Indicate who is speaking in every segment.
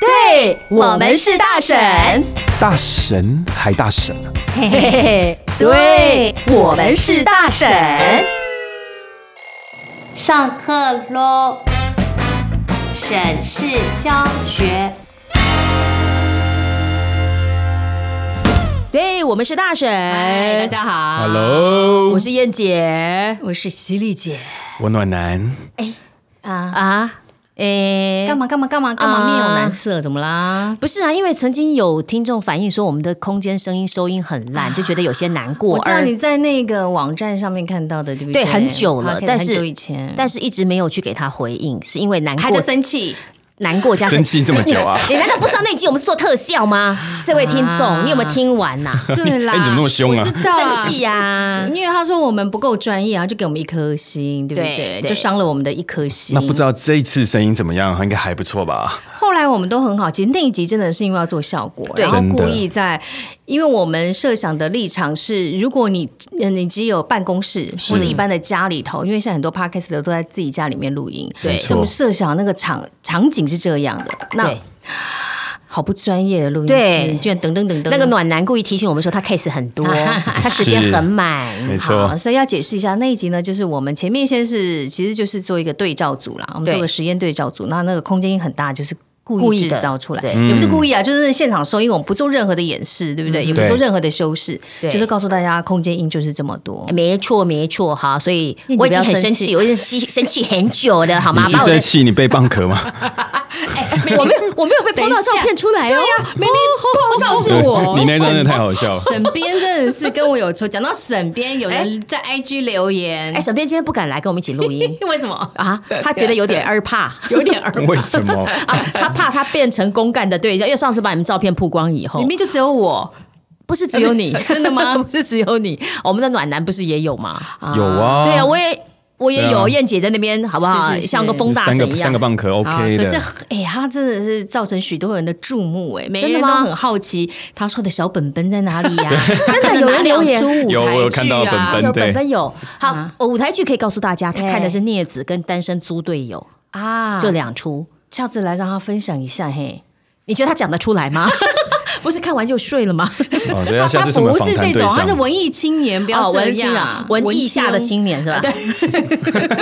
Speaker 1: 嘿，我们是大婶，
Speaker 2: 大神还大神啊！
Speaker 1: 嘿嘿嘿，对，我们是大婶。
Speaker 3: 上课喽！沈氏教学，
Speaker 1: 对，我们是大婶。
Speaker 3: 嗨，大家
Speaker 2: 啊
Speaker 3: 好
Speaker 2: Hello，
Speaker 1: 我是燕姐
Speaker 3: 我是犀利姐
Speaker 2: 我暖男。
Speaker 3: 啊。
Speaker 1: 啊，诶、
Speaker 3: 干嘛干嘛干嘛干
Speaker 1: 啊
Speaker 3: 嘛面有难色？怎么啦？
Speaker 1: 不是啊，因为曾经有听众反映说我们的空间声音收音很烂，就觉得有些难过。
Speaker 3: 我知道
Speaker 1: 而
Speaker 3: 你在那个网站上面看到的，对不
Speaker 1: 对很久了
Speaker 3: Podcast
Speaker 1: 但是
Speaker 3: 很久以前，
Speaker 1: 但是一直没有去给他回应，是因为难
Speaker 3: 还
Speaker 1: 过
Speaker 3: 在，生气。
Speaker 1: 难过加
Speaker 2: 生气这么久啊
Speaker 1: 你你难道不知道那集我们是做特效吗？这位听众，你有没有听完呐、
Speaker 3: 对啦，
Speaker 2: 哎你怎么那么凶啊
Speaker 3: 我知道
Speaker 1: 生气呀！
Speaker 3: 因为他说我们不够专业，然后就给我们一颗星，对不
Speaker 1: 对
Speaker 3: 对？
Speaker 1: 对
Speaker 3: 就伤了我们的一颗星。
Speaker 2: 那不知道这一次声音怎么样？应该还不错吧？
Speaker 3: 后来我们都很好，其实那一集真的是因为要做效果，
Speaker 1: 对
Speaker 3: 然后
Speaker 2: 真的
Speaker 3: 故意在，因为我们设想的立场是，如果你呃你只有办公室或者一般的家里头，因为现在很多 podcast 的都在自己家里面录音，
Speaker 1: 对
Speaker 2: 没
Speaker 3: 所以我
Speaker 2: 错
Speaker 3: 们，设想那个场场景是这样的，那
Speaker 1: 对
Speaker 3: 好不专业的录音
Speaker 1: 对
Speaker 3: 师，居然等等等等
Speaker 1: 那个。暖男故意提醒我们说他 case 很多，他时间很满。
Speaker 2: 没
Speaker 3: 好，
Speaker 2: 错，
Speaker 3: 所以要解释一下那一集呢，就是我们前面先是其实就是做一个对照组啦，我们
Speaker 1: 对
Speaker 3: 做个实验对照组，那那个空间音很大，就是
Speaker 1: 故
Speaker 3: 故
Speaker 1: 意
Speaker 3: 意制
Speaker 1: 的
Speaker 3: 造出来，
Speaker 1: 对嗯
Speaker 3: 也不是故意啊，就是现场收音，我们不做任何的演示，对不对？也不
Speaker 2: 对
Speaker 3: 做任何的修饰，
Speaker 1: 对
Speaker 3: 就是告诉大家空间音就是这么多。
Speaker 1: 没错，没错，哈，所以
Speaker 3: 你
Speaker 1: 我已
Speaker 3: 不
Speaker 1: 经
Speaker 3: 要
Speaker 1: 很生
Speaker 3: 生
Speaker 1: 气，
Speaker 3: 气
Speaker 1: 我已经气生气很久了，好
Speaker 2: 你
Speaker 1: 吗？
Speaker 2: 是
Speaker 1: 把我
Speaker 2: 在
Speaker 1: 的
Speaker 2: 气你被蚌壳吗？
Speaker 1: 哎
Speaker 3: 哎我没有，我没有被
Speaker 1: 碰到照片出来哦，
Speaker 3: 明明碰到 是我。
Speaker 2: 你那张真的太好笑了。
Speaker 3: 沈边真的是跟我有仇。讲到沈边，有人在 IG 留言
Speaker 1: 哎，，沈编今天不敢来跟我们一起录音
Speaker 3: 为什么？
Speaker 1: 啊，他觉得有点二怕。
Speaker 3: 有点耳
Speaker 2: 为什 么？
Speaker 1: 啊，他怕他变成公干的对象，因为上次把你们照片曝光以后
Speaker 3: 明，明就只有我，
Speaker 1: 不是只有你，
Speaker 3: 真的 吗
Speaker 1: 不是只有你，哦我们的暖男不是也有吗？
Speaker 2: 有啊，
Speaker 1: 对啊，我也我也有
Speaker 2: 对啊
Speaker 1: 燕姐在那边，好不好？
Speaker 3: 是是是
Speaker 1: 像个风大
Speaker 2: 三
Speaker 1: 神
Speaker 2: 个
Speaker 1: 一
Speaker 2: 三
Speaker 1: 样
Speaker 2: 个。蚌壳
Speaker 3: 啊，
Speaker 2: OK
Speaker 3: 可是
Speaker 2: 的，
Speaker 3: 哎、他真的是造成许多人的注目哎、每个
Speaker 1: 真的
Speaker 3: 人都
Speaker 1: 吗
Speaker 3: 很好奇他说的小本本在哪里呀、 真
Speaker 1: 的有人留言
Speaker 2: 有我啊有看到本
Speaker 1: 有
Speaker 2: 对
Speaker 1: 本本有好
Speaker 3: 啊，
Speaker 1: 我舞台剧可以告诉大家，他
Speaker 3: 哎
Speaker 1: 看的是《镊子》跟《单身猪队友
Speaker 3: 啊，》
Speaker 1: 这两出。
Speaker 3: 下次来让他分享一下嘿。
Speaker 1: 你觉得他讲得出来 吗？不是看完就睡了吗？
Speaker 2: 哦，所以他下
Speaker 3: 他
Speaker 2: 次是我
Speaker 3: 不
Speaker 2: 们访
Speaker 3: 是
Speaker 2: 谈
Speaker 3: 这
Speaker 2: 对
Speaker 3: 种，他是
Speaker 2: 象。
Speaker 3: 文艺青 年，不要
Speaker 1: 哦，
Speaker 3: 这
Speaker 1: 文青
Speaker 3: 样、
Speaker 1: 啊，文艺下的青年是吧？对。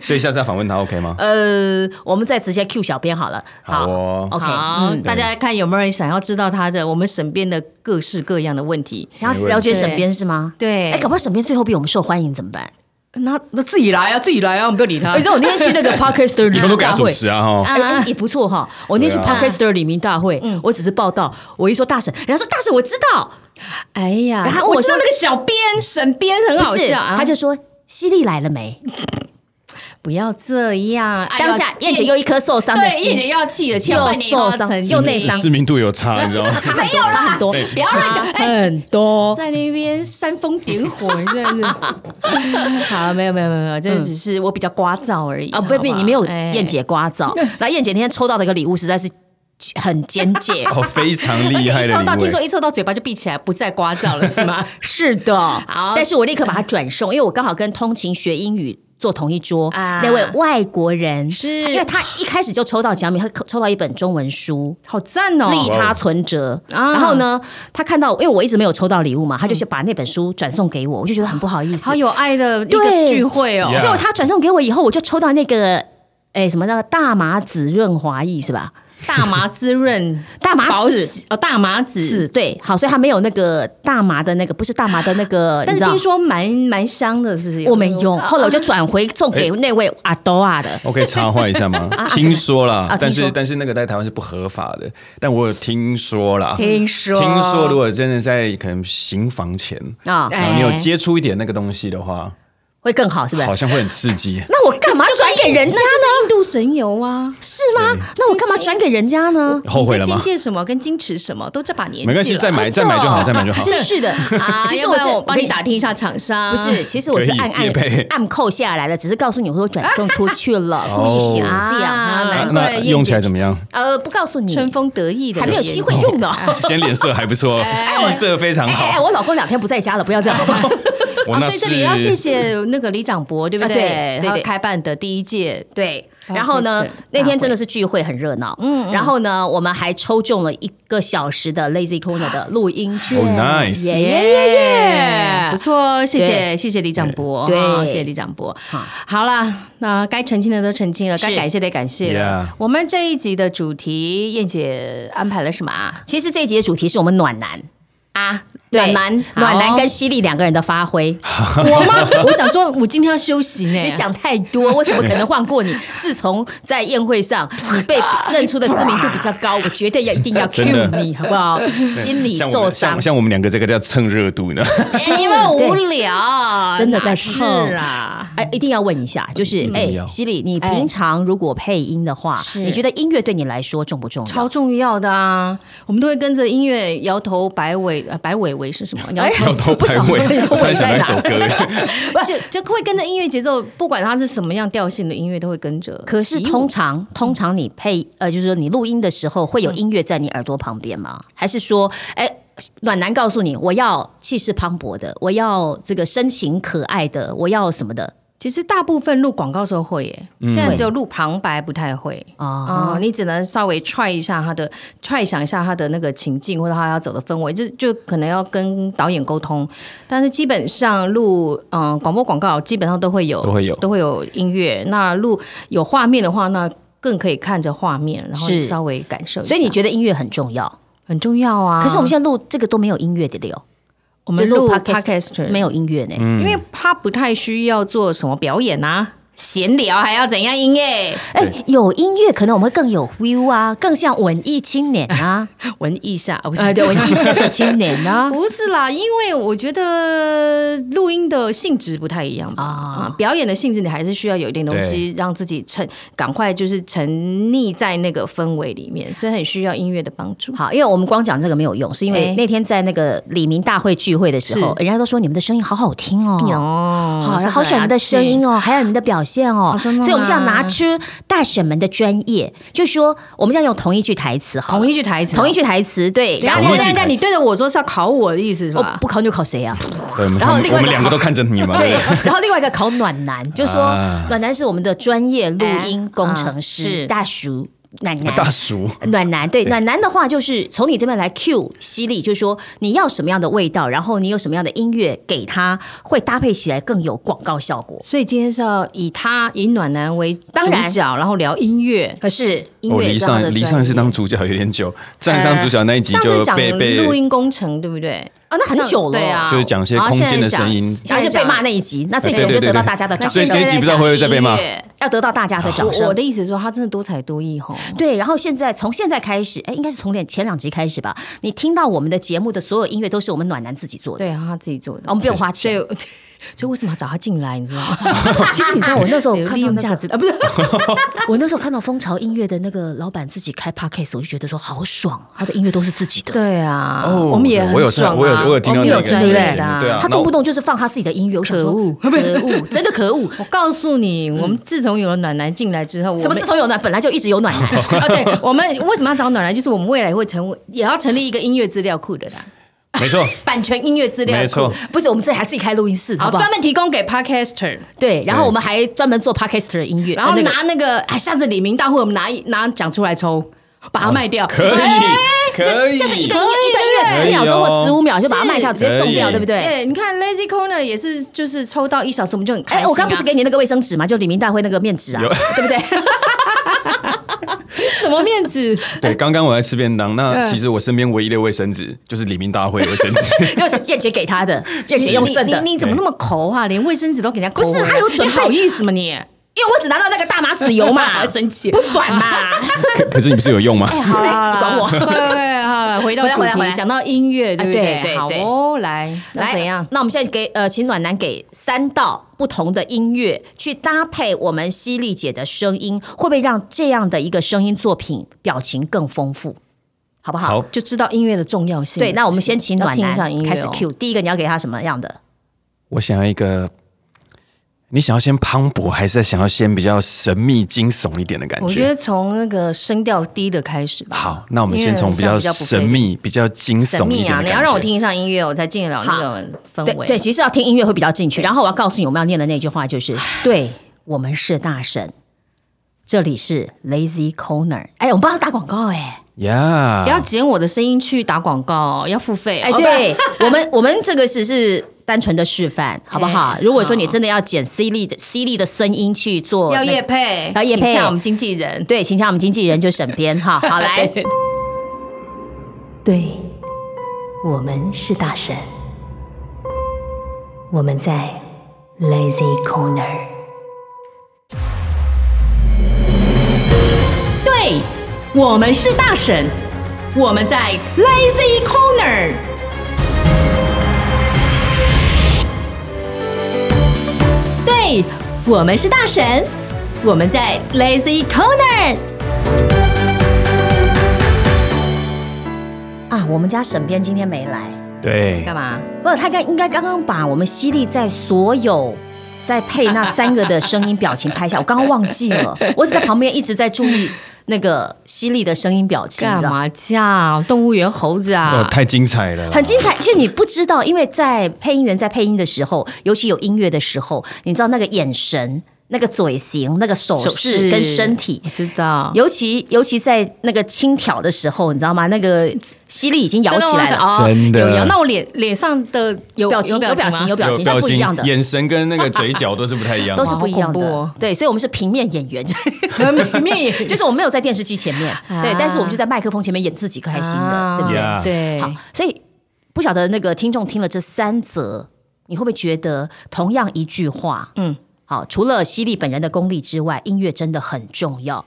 Speaker 2: 所以下次要访问他 OK 吗？
Speaker 1: 呃，我们再直接 Q 小编好了。
Speaker 2: 好哦
Speaker 1: o k
Speaker 3: 好，
Speaker 1: 嗯，
Speaker 3: 大家看有没有人想要知道他的我们身边的各式各样的问题？
Speaker 1: 然
Speaker 2: 没
Speaker 1: 后
Speaker 2: 问题
Speaker 1: 了解沈编是吗？
Speaker 3: 对，
Speaker 1: 哎，搞不好沈编最后比我们受欢迎怎么办？
Speaker 3: 那那自己来啊，自己来啊，我们不要理他
Speaker 1: 你知道我那天去那 个 Podcaster
Speaker 2: 以
Speaker 1: 黎明
Speaker 2: 后都给
Speaker 1: 大
Speaker 2: 他主
Speaker 1: 会。
Speaker 2: 持啊哈。
Speaker 1: 哎、哎也不错哈！我那天去
Speaker 2: 对啊
Speaker 1: Podcaster 黎明大会，
Speaker 3: 嗯
Speaker 1: 我只是报道，我一说大婶，人家说大婶我知道，
Speaker 3: 哎呀，
Speaker 1: 然后我
Speaker 3: 我知道
Speaker 1: 说
Speaker 3: 那个小编沈编很好
Speaker 1: 不是，
Speaker 3: 笑啊，
Speaker 1: 他就说犀利来了没？
Speaker 3: 不要这样，哎
Speaker 1: 当下
Speaker 3: 呀
Speaker 1: 燕姐又一颗受伤的
Speaker 3: 对，
Speaker 1: 心
Speaker 3: 燕，姐又要气了，气了
Speaker 1: 又
Speaker 3: 半年以后
Speaker 1: 受伤
Speaker 3: 成
Speaker 1: 又内
Speaker 3: 绩
Speaker 1: 伤
Speaker 2: 知名度有差，你知道 吗？
Speaker 1: 差很多，差很多，
Speaker 3: 不要乱讲，哎，
Speaker 1: 很多。
Speaker 3: 在那边煽风点火，真的是。 好，没有没有没有没有，这只是我比较聒噪而已
Speaker 1: 啊，不不，你没有燕
Speaker 3: 眼
Speaker 1: 姐刮噪。
Speaker 3: 哎
Speaker 1: 那燕姐那天抽到的一个礼物实在是很简洁，
Speaker 2: 哦，非常
Speaker 3: 而
Speaker 2: 厉
Speaker 3: 且
Speaker 2: 害
Speaker 3: 一
Speaker 2: 的
Speaker 3: 抽到，
Speaker 2: 一
Speaker 3: 听说
Speaker 2: 位，
Speaker 3: 一抽到嘴巴就闭起来，不再聒噪了，是吗？
Speaker 1: 是的，
Speaker 3: 好
Speaker 1: 但是我立刻把它转送，因为我刚好跟通勤学英语坐同一桌，
Speaker 3: 啊
Speaker 1: 那位外国人
Speaker 3: 是
Speaker 1: 他就他一开始就抽到奖品，他抽到一本中文书。
Speaker 3: 好赞哦！
Speaker 1: 利他存折，
Speaker 3: 啊
Speaker 1: 然后呢，他看到，因为我一直没有抽到礼物嘛，他
Speaker 3: 嗯
Speaker 1: 就是把那本书转送给我，我就觉得很不好意思
Speaker 3: 好。有爱的一
Speaker 1: 对
Speaker 3: 个聚会哦
Speaker 2: Yeah
Speaker 1: 结果他转送给我以后，我就抽到那个，哎，什么那个大麻籽润滑液是吧？
Speaker 3: 大麻滋润，
Speaker 1: 大麻
Speaker 3: 保
Speaker 1: 籽
Speaker 3: 喜哦，大麻籽。
Speaker 1: 籽对，好，所以他没有那个大麻的那个，不是大麻的那个，
Speaker 3: 但
Speaker 1: 你知
Speaker 3: 是
Speaker 1: 道
Speaker 3: 听说蛮蛮香的，是不是？
Speaker 1: 我没 用，
Speaker 3: 哦
Speaker 1: 后来我就转回送给那位阿多啊的。
Speaker 2: 我可以插话一下吗？听说啦
Speaker 1: 啊，
Speaker 2: 但
Speaker 1: 听
Speaker 2: 是
Speaker 1: 说
Speaker 2: 但是那个在台湾是不合法的，但我有听说啦，
Speaker 3: 听说
Speaker 2: 听说如果真的在可能行房前，
Speaker 1: 啊、
Speaker 3: 哎
Speaker 2: 然后你有接触一点那个东西的话，
Speaker 1: 会更好是不是
Speaker 2: 好？像会很刺激。
Speaker 1: 那我干嘛转给人家呢？
Speaker 3: 那就是印度神油啊。
Speaker 1: 是吗？那我干嘛转给人家呢？
Speaker 2: 后悔了
Speaker 3: 你在
Speaker 2: 吗
Speaker 3: 坚？戒什么跟矜持什么都这把年纪了，
Speaker 2: 没关系，再买
Speaker 1: 真
Speaker 2: 再
Speaker 1: 的
Speaker 2: 买就好，
Speaker 1: 哦
Speaker 2: 再买就好。
Speaker 1: 真是的
Speaker 3: 啊。
Speaker 1: 其实
Speaker 3: 要
Speaker 1: 我
Speaker 3: 不
Speaker 1: 是
Speaker 3: 然我帮
Speaker 1: 跟
Speaker 3: 你啊打听一下厂商，
Speaker 1: 不是，其实我是
Speaker 2: 可以
Speaker 1: 暗暗
Speaker 2: 业配
Speaker 1: 暗扣下来了，只是告诉你我说转送出去了，故意想这样
Speaker 3: 啊
Speaker 1: 啊。难
Speaker 3: 难怪
Speaker 2: 那
Speaker 3: 燕姐
Speaker 2: 用起来怎 么样？
Speaker 1: 呃，不告诉你，
Speaker 3: 春风得意的，
Speaker 1: 还没有机会。
Speaker 2: 哦
Speaker 1: 用呢。哎
Speaker 2: 今天脸色还不错，气色非常
Speaker 1: 哎哎，哦
Speaker 2: 好。
Speaker 1: 我老公两天不在家了，不要这 样好不好？
Speaker 2: 我
Speaker 3: 啊，
Speaker 2: 那
Speaker 3: 所以这里要谢
Speaker 2: 是
Speaker 3: 谢那个李长博，对不
Speaker 1: 啊对对对
Speaker 3: 他开办的第一届，
Speaker 1: 对，然后呢
Speaker 3: Podcaster，
Speaker 1: 那天真
Speaker 3: 大
Speaker 1: 的
Speaker 3: 会
Speaker 1: 哦是聚会很热闹，嗯，然后呢，我们还抽中了一个小时的 Lazy Corner 的录音券
Speaker 2: Oh, nice
Speaker 1: 耶耶耶耶
Speaker 3: 不！错，哦谢谢
Speaker 1: 对
Speaker 3: 谢谢李长博，
Speaker 1: 对
Speaker 3: 啊谢谢李长博。好啦，那该澄清的都澄清了，
Speaker 1: 是
Speaker 3: 该感谢的也感谢了
Speaker 2: Yeah。
Speaker 3: 我们这一集的主题，燕姐安排了什么啊？
Speaker 1: 其实这一集的主题是我们暖男，
Speaker 3: 啊，
Speaker 1: 对
Speaker 3: 暖男，
Speaker 1: 暖男
Speaker 3: 好
Speaker 1: 跟犀利两个人的发挥。
Speaker 3: 我吗？我想说，我今天要休息
Speaker 2: 啊
Speaker 3: 呢。
Speaker 1: 你想太多，我怎么可能放过你？ 自从在宴会上你被认出的知名度比较高，我绝对要一定要
Speaker 2: 真的
Speaker 1: cue 你，好不好？心理
Speaker 2: 像我
Speaker 1: 受
Speaker 2: 们
Speaker 1: 伤
Speaker 2: 像，像我们两个这个叫蹭热 度呢。
Speaker 3: 哎，因为无聊，
Speaker 1: 真的在
Speaker 3: 哪是
Speaker 1: 蹭
Speaker 3: 啊。
Speaker 1: 哎，一定要问一下，就是哎
Speaker 2: 定要，
Speaker 1: 犀利，你平常如果配音的话，
Speaker 3: 是
Speaker 1: 你觉得音乐对你来说重不重要？
Speaker 3: 超重要的啊！我们都会跟着音乐摇头摆尾，呃，摆尾尾是什么？摇头
Speaker 2: 摇头
Speaker 1: 不
Speaker 2: 摆
Speaker 1: 晓得
Speaker 2: 尾，
Speaker 1: 你的
Speaker 2: 突然想到
Speaker 1: 尾在
Speaker 2: 一首
Speaker 1: 哪
Speaker 2: 歌，
Speaker 3: 就就会跟着音乐节奏，不管它是什么样调性的音乐，都会跟着起舞。
Speaker 1: 可是通常通常你配呃，就是说你录音的时候会有音乐在你耳朵旁边吗？还是说，哎，暖男告诉你我要气势磅礴的，我要这个深情可爱的，我要什么的
Speaker 3: 其实大部分录广告时候会耶，现在只有录旁白不太会。
Speaker 1: 啊？
Speaker 3: 哦，你只能稍微踹一下他的，踹想一下他的那个情境或者他要走的氛围，就就可能要跟导演沟通。但是基本上录嗯、广播广告基本上都会有
Speaker 2: 都会有
Speaker 3: 都会有音乐。那录有画面的话，那更可以看着画面，然后
Speaker 1: 是
Speaker 3: 稍微感受一下。
Speaker 1: 所以你觉得音乐很重要？
Speaker 3: 很重要啊？
Speaker 1: 可是我们现在录这个都没有音乐的了哟，
Speaker 3: 我们录
Speaker 1: 就录
Speaker 3: podcast
Speaker 1: 没有音乐呢。
Speaker 2: 嗯
Speaker 3: 因为他不太需要做什么表演啊，闲聊还要怎样音乐？
Speaker 1: 哎、
Speaker 2: 对
Speaker 1: 有音乐可能我们会更有 feel 啊，更像文艺青年啊，
Speaker 3: 文艺下啊，不 是、
Speaker 1: 哎，对，文艺生的青年 啊。
Speaker 3: 不是啦，因为我觉得录音的性质不太一样吧。
Speaker 1: 啊
Speaker 3: 啊，表演的性质你还是需要有一点东西让自己沉，赶快就是沉溺在那个氛围里面，所以很需要音乐的帮助。
Speaker 1: 好，因为我们光讲这个没有用，是因为
Speaker 3: 哎
Speaker 1: 那天在那个李明大会聚会的时候，
Speaker 3: 是
Speaker 1: 人家都说你们的声音好好听哦，
Speaker 3: 哦
Speaker 1: 好，好喜欢你们的声音哦，还有你们的表现哦，
Speaker 3: 哦
Speaker 1: 所
Speaker 3: 真的吗
Speaker 1: 以我们现在拿出大婶们的专业，就说我们要用同一句台词好了，
Speaker 3: 同一句台词，
Speaker 1: 同一。句台词，对，
Speaker 3: 等一
Speaker 1: 然
Speaker 3: 下，
Speaker 1: 后
Speaker 3: 等
Speaker 2: 同
Speaker 3: 一
Speaker 2: 一
Speaker 3: 下，等一
Speaker 2: 句
Speaker 3: 下，
Speaker 2: 台词
Speaker 3: 你对着我说是要考我的意思是
Speaker 1: 我
Speaker 3: 吧？
Speaker 1: 不考你就考谁啊？
Speaker 2: 对我们
Speaker 1: 然后另外一个
Speaker 2: 我们两个都看着你嘛，
Speaker 1: 对
Speaker 2: 对不 对，
Speaker 1: 然后另外一个考暖男，就说
Speaker 2: 啊
Speaker 1: 暖男是我们的专业录音工程
Speaker 3: 哎啊
Speaker 1: 师
Speaker 3: 是
Speaker 1: 大叔暖男。
Speaker 2: 大叔，
Speaker 1: 暖男对暖男的话，就是从你这边来 cue 犀利，就是说你要什么样的味道，然后你有什么样的音乐给他，会搭配起来更有广告效果。
Speaker 3: 所以今天是要以他以暖男为
Speaker 1: 当
Speaker 3: 主
Speaker 1: 然
Speaker 3: 角，然后聊音乐，
Speaker 1: 可是
Speaker 3: 音
Speaker 2: 我
Speaker 3: 乐也
Speaker 2: 哦离
Speaker 3: 是他的
Speaker 2: 上离
Speaker 3: 专
Speaker 2: 上一次
Speaker 3: 业呃
Speaker 2: 当主角有点久，上一次当主角那一集
Speaker 3: 上次
Speaker 2: 就
Speaker 3: 讲
Speaker 2: 被被
Speaker 3: 录音工程，对不对？
Speaker 1: 啊，那很久了，
Speaker 3: 对啊，
Speaker 2: 就是讲一些
Speaker 3: 然后
Speaker 2: 空
Speaker 3: 现在
Speaker 2: 间的
Speaker 3: 讲
Speaker 2: 声音
Speaker 1: 然后就被骂。那一集，那这一集
Speaker 2: 对
Speaker 1: 我
Speaker 2: 对
Speaker 1: 就
Speaker 2: 对
Speaker 1: 得到
Speaker 2: 对
Speaker 1: 大家的掌
Speaker 2: 所以
Speaker 1: 声，
Speaker 2: 这一集不知道会不会再被骂
Speaker 3: 现在在讲音
Speaker 1: 要得到大家的掌
Speaker 3: 乐我
Speaker 1: 声
Speaker 3: 我。的意思是说，他真的多才多艺吼。
Speaker 1: 对，然后现在从现在开始，哎，应该是从两前两集开始吧，你听到我们的节目的所有音乐都是我们暖男自己做的，
Speaker 3: 对啊，他自己做的
Speaker 1: 哦我，们不用花
Speaker 3: 所以
Speaker 1: 钱。
Speaker 3: 所以为什么要找他进来？你知道吗？
Speaker 1: 其实你知道，我那 时候
Speaker 3: 有
Speaker 1: 看
Speaker 3: 利
Speaker 1: 到
Speaker 3: 用
Speaker 1: 那
Speaker 3: 价
Speaker 1: 个
Speaker 3: 值啊，不是
Speaker 1: 我那时候看到蜂巢音乐的那个老板自己开 podcast，我就觉得说好爽，他的音乐都是自己的，
Speaker 3: 对啊，
Speaker 2: 哦
Speaker 3: 我们也
Speaker 2: 我
Speaker 3: 很
Speaker 2: 有看
Speaker 3: 爽啊，
Speaker 2: 我有我有听到
Speaker 3: 我们
Speaker 1: 那个
Speaker 3: 专
Speaker 1: 对不
Speaker 3: 业
Speaker 1: 对
Speaker 3: 的啊，
Speaker 2: 对啊
Speaker 1: 他动不动就是放他自己的音乐，我想说
Speaker 3: 可恶
Speaker 1: 可恶，真的可恶。
Speaker 3: 我告诉你，我们自从有了暖男进来之后，我
Speaker 1: 嗯什么
Speaker 3: 们
Speaker 1: 自从有暖，本来就一直有暖男。
Speaker 3: 啊，对我们为什么要找暖男？就是我们未来会成为，也要成立一个音乐资料库的啦，
Speaker 2: 没错，
Speaker 3: 版权音乐资料库，
Speaker 2: 没错，
Speaker 1: 不是，我们这里还自己开录音室，
Speaker 3: 好，
Speaker 1: 好不好
Speaker 3: 专？门提供给 podcaster，
Speaker 1: 对，然后我们还专门做 podcast 的音乐，
Speaker 3: 然后
Speaker 1: 呃那个
Speaker 3: 拿那个，哎，下次李明大会我们拿一拿奖出来抽，把它卖掉，
Speaker 1: 哦
Speaker 2: 可以
Speaker 3: 哎
Speaker 2: 可以，
Speaker 1: 一个音乐一个音乐十秒钟或十五秒就把它卖掉，直
Speaker 3: 是
Speaker 1: 接送掉，
Speaker 2: 可以
Speaker 1: 对不对？
Speaker 3: 哎，你看 Lazy Corner 也是，就是抽到一小时，我们就很开
Speaker 1: 哎，
Speaker 3: 心啊。
Speaker 1: 我刚不是给你那个卫生纸嘛，就李明大会那个面纸啊，
Speaker 2: 有
Speaker 1: 对不对？
Speaker 3: 什么面子？
Speaker 2: 对，刚刚我在吃便当，
Speaker 3: 嗯
Speaker 2: 那其实我身边唯一的卫生纸就是李明大会卫生纸，
Speaker 1: 又是燕姐给他的，燕姐用剩的。哎
Speaker 3: 你你你怎么那么抠啊？连卫生纸都给人家抠
Speaker 1: 不是
Speaker 3: 回来
Speaker 1: 他有准备
Speaker 3: 你好意思吗你？
Speaker 1: 因为我只拿到那个大麻籽油 嘛，
Speaker 3: 生气
Speaker 1: 不爽嘛。
Speaker 2: 可可是你不是有用吗？
Speaker 3: 好啦
Speaker 1: 哎你管我
Speaker 3: 好啦好啦回到
Speaker 1: 回来
Speaker 3: 主
Speaker 1: 回来回
Speaker 3: 题
Speaker 1: 来，
Speaker 3: 讲到音乐，对
Speaker 1: 啊
Speaker 3: 不
Speaker 1: 对对
Speaker 3: 好哦，来，那怎样？？
Speaker 1: 那我们现在给呃，请暖男给三道不同的音乐去搭配我们犀利姐的声音，会不会让这样的一个声音作品表情更丰富？好不好？
Speaker 2: 好
Speaker 3: 就知道音乐的重要性。
Speaker 1: 对，那我们先请
Speaker 3: 要
Speaker 1: 暖
Speaker 3: 听一下音
Speaker 1: 男
Speaker 3: 乐
Speaker 1: 开始
Speaker 3: 哦
Speaker 1: Q。第一个你要给他什么样的？
Speaker 2: 我想要一个，你想要先磅礴，还是想要先比较神秘惊悚一点的感
Speaker 3: 我觉
Speaker 2: 觉？
Speaker 3: 得从那个声调低的开始吧。
Speaker 2: 好，那我们先从比
Speaker 3: 因为这样
Speaker 2: 较
Speaker 3: 比较不
Speaker 2: 神秘、比较惊
Speaker 3: 神
Speaker 2: 悚一
Speaker 3: 秘
Speaker 2: 点
Speaker 3: 啊！
Speaker 2: 的
Speaker 3: 你
Speaker 2: 感觉。
Speaker 3: 要让我听一下音乐，我才进得了那个氛
Speaker 1: 对
Speaker 3: 围。
Speaker 1: 对，其实要听音乐会 比较进去。然后我要告诉你，我们要念的那句话就是：对我们是大神，这里是 Lazy Corner。哎，我们帮他打广告哎、
Speaker 2: 呀
Speaker 3: 啊不要只用我的声音去打广告，要付费。
Speaker 1: 哎，
Speaker 3: 哦，
Speaker 1: 对我们我们这个只是单纯的示范，好不好？
Speaker 3: 哎
Speaker 1: 如果说你真的要剪 C 力的 C 力的声音去做
Speaker 3: 不哦要
Speaker 1: 那个
Speaker 3: 业配，
Speaker 1: 要业配
Speaker 3: 请下我们经纪人。
Speaker 1: 对，请叫我们经纪人就沈编哈。 好来，
Speaker 3: 对
Speaker 4: 对，我们是大神，我们在 Lazy Corner。
Speaker 1: 对，我们是大婶，我们在 Lazy Corner。对，我们是大婶，我们在 Lazy Corner。啊，我们家沈编今天没来，
Speaker 2: 对
Speaker 3: 干嘛？
Speaker 1: 不，他该应该刚刚把我们犀利在所有。在配那三个的声音表情拍下，我刚刚忘记了，我只在旁边一直在注意那个犀利的声音表情，
Speaker 3: 干
Speaker 1: 你知道吗？
Speaker 3: 嘛这样？动物园猴子
Speaker 2: 哦
Speaker 3: 啊，
Speaker 2: 太精彩了啦，
Speaker 1: 很精彩。其实你不知道，因为在配音员在配音的时候，尤其有音乐的时候，你知道那个眼神、那个嘴型、那个手
Speaker 3: 手
Speaker 1: 势
Speaker 3: 势
Speaker 1: 跟身体
Speaker 3: 我。知道。
Speaker 1: 尤其尤其在那个轻挑的时候，你知道吗？那个犀利已经摇起来了，
Speaker 3: 哦
Speaker 2: 真的
Speaker 3: 有有。那我脸脸上的有
Speaker 1: 表情
Speaker 3: 有
Speaker 1: 有表情
Speaker 3: 吗
Speaker 1: 有表情
Speaker 2: 有
Speaker 1: 是不一样的，
Speaker 2: 眼神跟那个嘴角都是不太一样
Speaker 1: 都
Speaker 2: 的。
Speaker 1: 是不一
Speaker 3: 哇好
Speaker 1: 样
Speaker 3: 恐怖
Speaker 1: 的
Speaker 3: 哦。
Speaker 1: 对，所以我们是平面演员，
Speaker 3: 很密，
Speaker 1: 就是是我们没有在电视机前面，
Speaker 3: 啊
Speaker 1: 对，但是我们就在麦克风前面演自己开心的，对不对？
Speaker 2: Yeah
Speaker 3: 对，
Speaker 1: 好，所以不晓得那个听众听了这三则，你会不会觉得同样一句话，嗯
Speaker 3: 嗯，
Speaker 1: 好，除了犀利本人的功力之外，音乐真的很重要。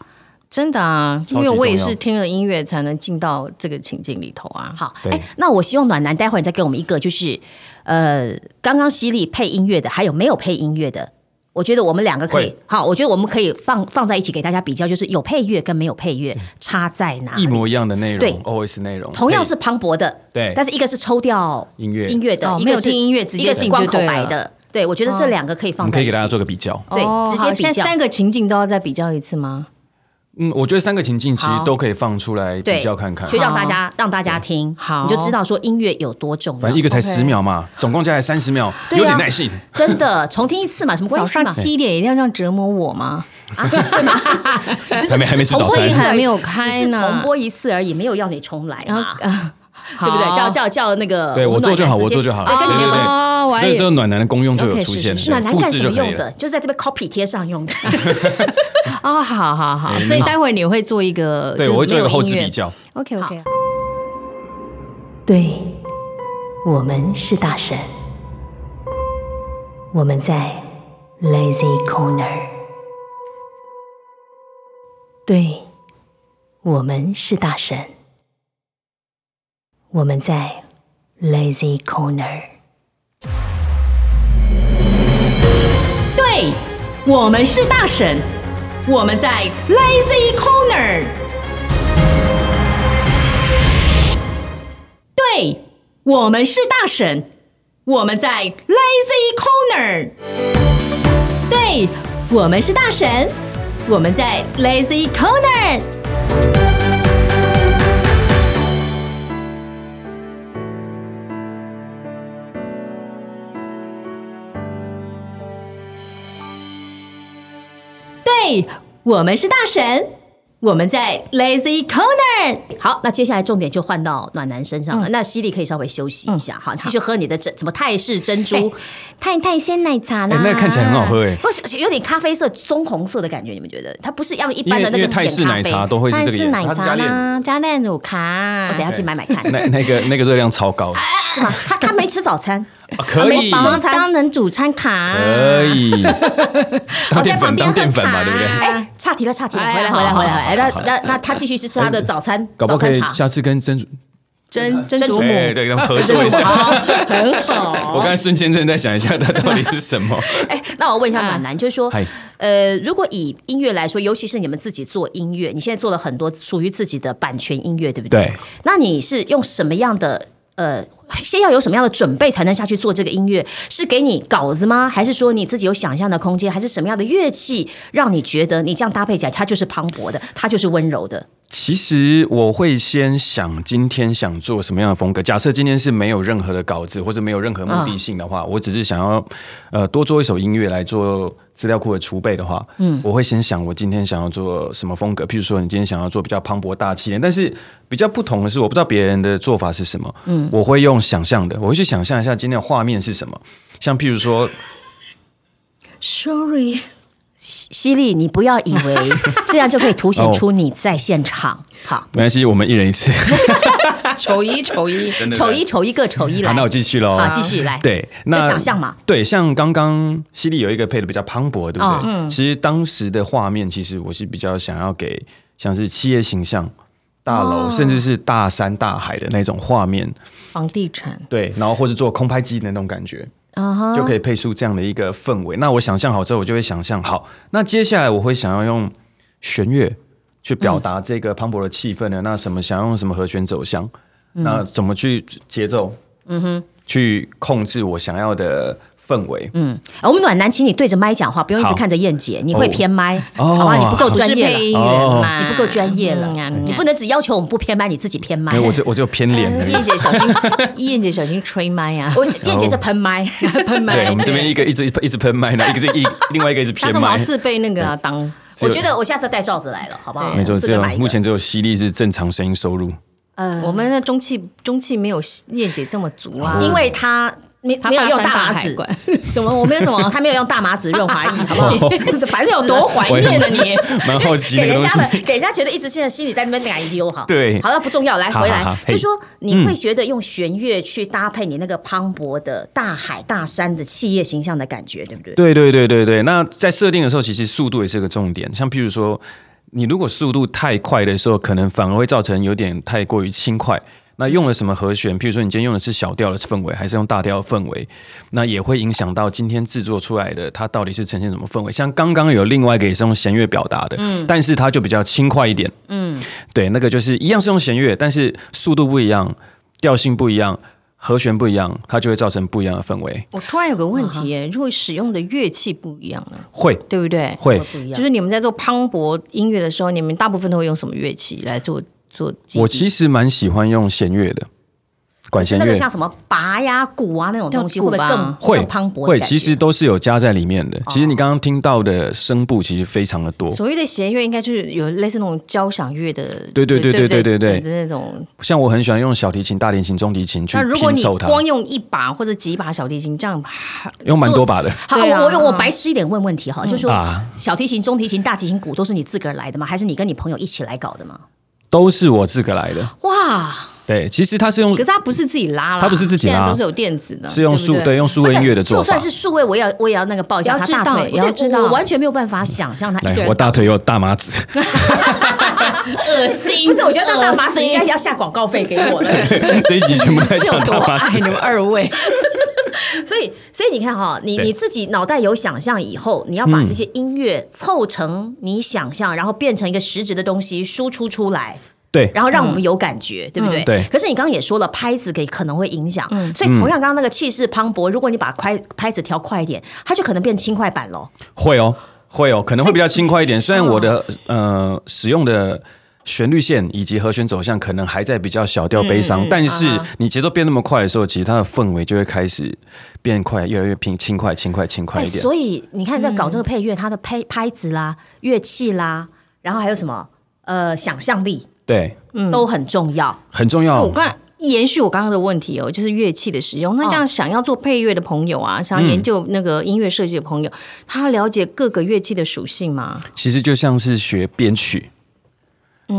Speaker 3: 真的啊，因
Speaker 2: 超级
Speaker 3: 为我也
Speaker 2: 重要
Speaker 3: 是听了音乐才能进到这个情境里头啊。
Speaker 1: 好，
Speaker 2: 对
Speaker 1: 哎，那我希望暖男待会儿再给我们一个，就是呃，刚刚犀利配音乐的，还有没有配音乐的？我觉得我们两个可以
Speaker 2: 会，
Speaker 1: 好，我觉得我们可以放放在一起给大家比较，就是有配乐跟没有配乐差在哪
Speaker 2: 嗯一
Speaker 1: 里。
Speaker 2: 模一样的内
Speaker 1: 对
Speaker 2: 容，always 内容，
Speaker 1: 同样是磅礴的，
Speaker 2: 对
Speaker 1: 但是一个是抽掉
Speaker 2: 音乐
Speaker 1: 音乐的，
Speaker 3: 哦
Speaker 1: 一
Speaker 3: 没
Speaker 1: 个
Speaker 3: 有
Speaker 1: 是
Speaker 3: 听音乐直接
Speaker 1: 一个是
Speaker 3: 进
Speaker 1: 光
Speaker 3: 就
Speaker 1: 口
Speaker 3: 对
Speaker 1: 白
Speaker 3: 了
Speaker 1: 的。对，我觉得这两个可以
Speaker 2: 我
Speaker 1: 放
Speaker 2: 们
Speaker 1: 在
Speaker 2: 可
Speaker 1: 一
Speaker 2: 以
Speaker 1: 起。
Speaker 2: 给大家做个比较。
Speaker 1: 对
Speaker 3: 哦
Speaker 1: 直接
Speaker 3: 好
Speaker 1: 比
Speaker 3: 现在
Speaker 1: 较
Speaker 3: 三个情境都要再比较一次吗？
Speaker 2: 嗯，我觉得三个情境其实
Speaker 3: 好
Speaker 2: 都可以放出来
Speaker 1: 对
Speaker 2: 比较看看
Speaker 1: 就。让大家让大家听，
Speaker 3: 好
Speaker 1: 你就知道说音乐有多重
Speaker 2: 反正一
Speaker 1: 要。
Speaker 2: 个才
Speaker 3: OK
Speaker 2: 十秒嘛，总共加起来三十秒，
Speaker 1: 对啊
Speaker 2: 有点耐性。
Speaker 1: 真的，重听一次嘛，什么
Speaker 3: 早
Speaker 1: 关系
Speaker 3: 上
Speaker 1: 嘛？啊
Speaker 3: 七点一定要这样折磨我吗？
Speaker 1: 只是
Speaker 2: 还没还没吃早餐
Speaker 1: 重播一次而已
Speaker 3: 还没有开呢
Speaker 1: 只是重播一次而已，没有要你重来
Speaker 3: 然后
Speaker 1: 嘛，
Speaker 3: 啊，
Speaker 1: 对不对？
Speaker 3: 好
Speaker 1: 叫叫叫那个，
Speaker 2: 对我
Speaker 1: 们
Speaker 2: 做就好，
Speaker 1: 暖男直
Speaker 2: 我
Speaker 1: 接
Speaker 2: 做就好了。
Speaker 1: 对，跟你没
Speaker 2: 对
Speaker 1: 有关
Speaker 2: 对对
Speaker 1: 系。
Speaker 3: 哦我还
Speaker 2: 那
Speaker 3: 以
Speaker 2: 个时候暖男的功用就有
Speaker 3: OK，
Speaker 2: 出
Speaker 3: 是
Speaker 2: 现，
Speaker 3: 是是
Speaker 2: 对
Speaker 1: 暖男
Speaker 2: 复
Speaker 1: 干
Speaker 2: 制
Speaker 1: 什
Speaker 2: 就
Speaker 1: 么
Speaker 2: 可以
Speaker 1: 用
Speaker 2: 了
Speaker 1: 的？。就是在这边 copy 贴上用的。
Speaker 3: 哦，好好好，
Speaker 2: 对
Speaker 3: 所以
Speaker 2: 你
Speaker 3: 待会儿你会做一个，
Speaker 2: 对，
Speaker 3: 就是
Speaker 2: 我会做一
Speaker 3: 没
Speaker 2: 个
Speaker 3: 有
Speaker 2: 后
Speaker 3: 音
Speaker 2: 置
Speaker 3: 乐
Speaker 2: 比
Speaker 1: 啊
Speaker 2: 较。
Speaker 3: OK OK，
Speaker 4: 对，我们是大神，我们在 Lazy Corner。对，我们是大神，我们在 Lazy Corner。
Speaker 1: 对，我们是大神，我们在 Lazy Corner。对，我们是大神，我们在 Lazy Corner。对，我们是大神，我们在 Lazy Corner。对，我们是大神，我们在 Lazy Corner。好，那接下来重点就换到暖男身上了。那犀利可以稍微休息一下，嗯好，哎继续喝你的珍什么泰式珍珠，
Speaker 4: 太太鲜奶茶
Speaker 2: 哎，那个看起来很好喝哎，
Speaker 1: 或许有点咖啡色、棕红色的感觉，你们觉得？它不是要一
Speaker 2: 因
Speaker 1: 般
Speaker 2: 为
Speaker 1: 的
Speaker 2: 因
Speaker 1: 那
Speaker 2: 为
Speaker 1: 个
Speaker 2: 泰式
Speaker 1: 浅咖
Speaker 2: 奶
Speaker 1: 啡。哦
Speaker 2: 茶都会是
Speaker 3: 但
Speaker 2: 这个
Speaker 3: 是
Speaker 2: 颜色，
Speaker 3: 奶
Speaker 2: 它是加
Speaker 3: 茶
Speaker 2: 炼
Speaker 3: 啦，加炼乳卡，
Speaker 1: 我等一下去买买看，
Speaker 2: 那那个那个热量超高，啊
Speaker 1: 是吗？他他没吃早餐，
Speaker 2: 可以
Speaker 1: 哎啊没
Speaker 3: 把
Speaker 1: 包
Speaker 3: 我当成主餐卡，
Speaker 2: 可 以，当淀粉当淀粉嘛，
Speaker 3: 喝茶
Speaker 2: 对不 对？
Speaker 1: 哎，岔题了，岔题了，
Speaker 3: 哎
Speaker 1: 回来，
Speaker 3: 好
Speaker 1: 回来，
Speaker 2: 好
Speaker 1: 回来，回来。那
Speaker 2: 好好
Speaker 1: 那那他继续去吃他的早餐，
Speaker 2: 搞
Speaker 1: 早
Speaker 2: 不好可
Speaker 1: 餐
Speaker 2: 以
Speaker 1: 茶。
Speaker 2: 下次跟珍珠
Speaker 3: 真真
Speaker 1: 祖
Speaker 3: 祖
Speaker 1: 母
Speaker 3: 母，
Speaker 2: 哎对，跟他们合作一下。
Speaker 1: 好，哦很好。
Speaker 2: 我刚才瞬间正在想一下，它到底是什 么？
Speaker 1: 哎，那我问一下暖男，就是说
Speaker 2: 嗨，
Speaker 1: 呃，如果以音乐来说，尤其是你们自己做音乐，你现在做了很多属于自己的版权音乐，对不对？
Speaker 2: 对
Speaker 1: 那你是用什么样的呃，先要有什么样的准备才能下去做这个音乐？是给你稿子吗？还是说你自己有想象的空间？还是什么样的乐器让你觉得你这样搭配起来，它就是磅礴的，它就是温柔的？
Speaker 2: 其实我会先想今天想做什么样的风格。假设今天是没有任何的稿子或者没有任何目的性的
Speaker 1: 嗯
Speaker 2: 话，我只是想要呃多做一首音乐来做资料库的储备的话，嗯，我会先想我今天想要做什么风格。譬如说，你今天想要做比较磅礴大气一点，但是比较不同的是，我不知道别人的做法是什么，嗯，我会用想象的，我会去想象一下今天的画面是什么。像譬如说，
Speaker 3: Sorry，
Speaker 1: 犀利，你不要以为 这样就可以凸显出你在现场。好，
Speaker 2: 没关系，我们一人一次，
Speaker 3: 丑一丑一，
Speaker 2: 真的
Speaker 1: 丑一丑一个丑一来
Speaker 2: 好，，那我继续喽。
Speaker 1: 好，继续来。，
Speaker 2: 对，
Speaker 1: 就
Speaker 2: 那
Speaker 1: 想象嘛。
Speaker 2: 对，像刚刚犀利有一个配的比较磅礴，对不对？
Speaker 1: 哦
Speaker 2: 其实当时的画面，其实我是比较想要给像是企业形象、大
Speaker 1: 哦
Speaker 2: 楼，甚至是大山大海的那种画面，
Speaker 3: 房地产
Speaker 2: 对，然后或者做空拍机的那种感觉。
Speaker 1: 啊哈
Speaker 2: 就可以配出这样的一个氛围。那我想象好之后，我就会想象好，那接下来我会想要用弦乐去表达这个磅礴的气氛呢？那什么想要用什么和弦走向？
Speaker 1: 嗯
Speaker 2: 那怎么去节奏？嗯哼，去控制我想要的氛围。
Speaker 1: 啊我们暖男，请你对着麦讲话，不用一直
Speaker 2: 好
Speaker 1: 看着燕姐，你会
Speaker 2: 哦
Speaker 1: 偏麦，
Speaker 2: 哦
Speaker 1: 好吧？你不够专
Speaker 3: 不是配
Speaker 1: 业
Speaker 3: 音
Speaker 1: 了，
Speaker 3: 员嘛，
Speaker 1: 你不够专业了
Speaker 3: 嗯啊，
Speaker 1: 你不能只要求我们不偏麦，你自己偏麦
Speaker 2: 没。哎有，我就我就偏脸
Speaker 1: 哎
Speaker 2: 而已。
Speaker 3: 燕姐小 心，燕姐小心吹麦啊！
Speaker 1: 我燕姐是喷麦，
Speaker 3: 喷 麦
Speaker 2: 对，我们这边一个一直一直喷麦呢，一个是一 另外一个一直
Speaker 3: 下
Speaker 2: 偏
Speaker 3: 次我们
Speaker 2: 麦
Speaker 3: 要。自备那个
Speaker 2: 嗯
Speaker 3: 啊，当
Speaker 2: 只
Speaker 1: 我
Speaker 2: 有
Speaker 1: 觉得我下次带罩子来了，好不好？
Speaker 2: 没错，
Speaker 1: 这
Speaker 2: 只
Speaker 1: 个
Speaker 2: 有
Speaker 1: 买一个
Speaker 2: 目前只有犀利是正常声音收入。
Speaker 1: 呃，
Speaker 3: 我们的中气中气没有燕姐这么足啊，
Speaker 1: 因为他没
Speaker 3: 她
Speaker 1: 嗯没有用
Speaker 3: 山
Speaker 1: 大麻
Speaker 3: 海
Speaker 1: 子，
Speaker 3: 管，
Speaker 1: 什么我没有什么，他没有用大麻子润滑 液，好不 好？烦
Speaker 3: 还
Speaker 1: 死
Speaker 3: 是有
Speaker 1: 了
Speaker 3: 多怀念呢？你
Speaker 2: 蛮好 奇
Speaker 1: 给
Speaker 2: 那个
Speaker 1: 人
Speaker 2: 东
Speaker 1: 家
Speaker 2: 西。
Speaker 1: 的， 给人家觉得一直现在心里在那边奶油哈。
Speaker 2: 对
Speaker 1: 好了，不重要，来
Speaker 2: 好
Speaker 1: 回
Speaker 2: 好
Speaker 1: 来
Speaker 2: 好，嗯
Speaker 1: 就
Speaker 2: 嘿
Speaker 1: 说你会觉得用弦乐去搭配你那个磅礴的大海、大山的企业形象的感觉，对不对？
Speaker 2: 对对对对对，那在设定的时候，其实速度也是个重点。像譬如说，你如果速度太快的时候，可能反而会造成有点太过于轻快。那用了什么和弦？譬如说，你今天用的是小调的氛围，还是用大调的氛围？那也会影响到今天制作出来的它到底是呈现什么氛围。像刚刚有另外一个也是用弦乐表达的，嗯，但是它就比较轻快一点，嗯，对，那个就是一样是用弦乐，但是速度不一样，调性不一样，和弦不一样，它就会造成不一样的氛围。
Speaker 3: 我突然有个问题耶，如果使用的乐器不一样呢，
Speaker 2: 会
Speaker 3: 对不对？
Speaker 2: 会，
Speaker 1: 不一
Speaker 3: 就。是你们在做磅礴音乐的时候，你们大部分都会用什么乐器来做做基底？
Speaker 2: 我其实蛮喜欢用弦乐的，管弦
Speaker 1: 那
Speaker 2: 乐
Speaker 1: 个像什么拔呀、鼓啊那种东西，
Speaker 3: 叫
Speaker 1: 会
Speaker 3: 鼓
Speaker 1: 不会
Speaker 3: 吧
Speaker 1: 更
Speaker 2: 会
Speaker 1: 更磅礴的
Speaker 2: 会，
Speaker 1: 感
Speaker 2: 其实
Speaker 1: 觉哦
Speaker 2: 都是有加在里面的。其实你刚刚听到的声部其实非常的多，
Speaker 3: 所谓的弦乐，应该就是有类似那种交响乐的，
Speaker 2: 对对对
Speaker 3: 对
Speaker 2: 对对对
Speaker 3: 的那种。
Speaker 2: 像我很喜欢用小提琴、大提琴、中提琴去
Speaker 3: 那如果
Speaker 2: 拼
Speaker 3: 你
Speaker 2: 凑它，
Speaker 3: 光用一把或者几把小提琴这样，还
Speaker 2: 用蛮多把的
Speaker 1: 好，
Speaker 3: 对啊
Speaker 1: 我我我白痴一点问问题哈，就说
Speaker 2: 啊，
Speaker 1: 小提琴、中提琴、大提琴、鼓都是你自个儿来的吗？还是你跟你朋友一起来搞的吗？
Speaker 2: 都是我自个来
Speaker 1: 哦
Speaker 2: 的。
Speaker 1: 哇，
Speaker 2: 对，其实它是用
Speaker 3: 可是他不是自己拉啦，
Speaker 2: 它不是自己拉
Speaker 3: 现在都是有电子的，
Speaker 2: 是用数
Speaker 3: 对不对。
Speaker 2: 用数位音乐的做
Speaker 1: 就算。
Speaker 2: 法
Speaker 1: 是数位，我也要我也要那个抱一下他
Speaker 3: 也
Speaker 1: 大
Speaker 3: 要知道
Speaker 1: 腿，
Speaker 3: 也要
Speaker 1: 对
Speaker 3: 知道
Speaker 1: 我我完全没有办法想象他一个
Speaker 2: 来，
Speaker 1: 人。
Speaker 2: 我大腿有大麻 子，
Speaker 3: 恶心，
Speaker 1: 不是， 我觉得那大麻
Speaker 3: 恶
Speaker 1: 子
Speaker 3: 心
Speaker 1: 应该要下广告费给我了。
Speaker 2: 这一集全部在
Speaker 3: 是有
Speaker 2: 讲
Speaker 3: 多
Speaker 2: 大 麻
Speaker 3: 爱
Speaker 2: 子
Speaker 3: 你。们二位？
Speaker 1: 所以，所以你看哈、你
Speaker 2: 对
Speaker 1: 你自己脑袋有想象以后，你要把这些音乐凑成你想象，然后变成一个实质的东西输出出来。
Speaker 2: 对
Speaker 1: 然后让我们有感觉，对不对？
Speaker 2: 嗯对
Speaker 1: 可是你刚刚也说了，拍子给可能会影响，所以同样刚刚那个气势磅礴，如果你把拍拍子调快一点，它就可能变轻快版喽。
Speaker 2: 会哦，会哦，可能会比较轻快一点。
Speaker 3: 嗯
Speaker 2: 虽然我的、呃使用的旋律线以及和弦走向可能还在比较小
Speaker 3: 嗯
Speaker 2: 调悲伤，但
Speaker 3: 啊
Speaker 2: 是你节奏变那么快的时候，其实它的氛围就会开始变快，越来越平轻快、轻快、轻快
Speaker 1: 哎，
Speaker 2: 一点。
Speaker 1: 所以你看，在搞这个配乐，它的拍拍子啦、乐器啦，然后还有什么呃想象力
Speaker 2: 对，
Speaker 1: 都很重要。
Speaker 2: 很重
Speaker 3: 哦我
Speaker 2: 要。
Speaker 3: 刚才延续我刚刚的问题哦，就是乐器的使用。
Speaker 2: 哦
Speaker 3: 那这样想要做配乐的朋友啊，想要
Speaker 2: 嗯
Speaker 3: 研究那个音乐设计的朋友，他了解各个乐器的属性吗？
Speaker 2: 其实就像是学编曲，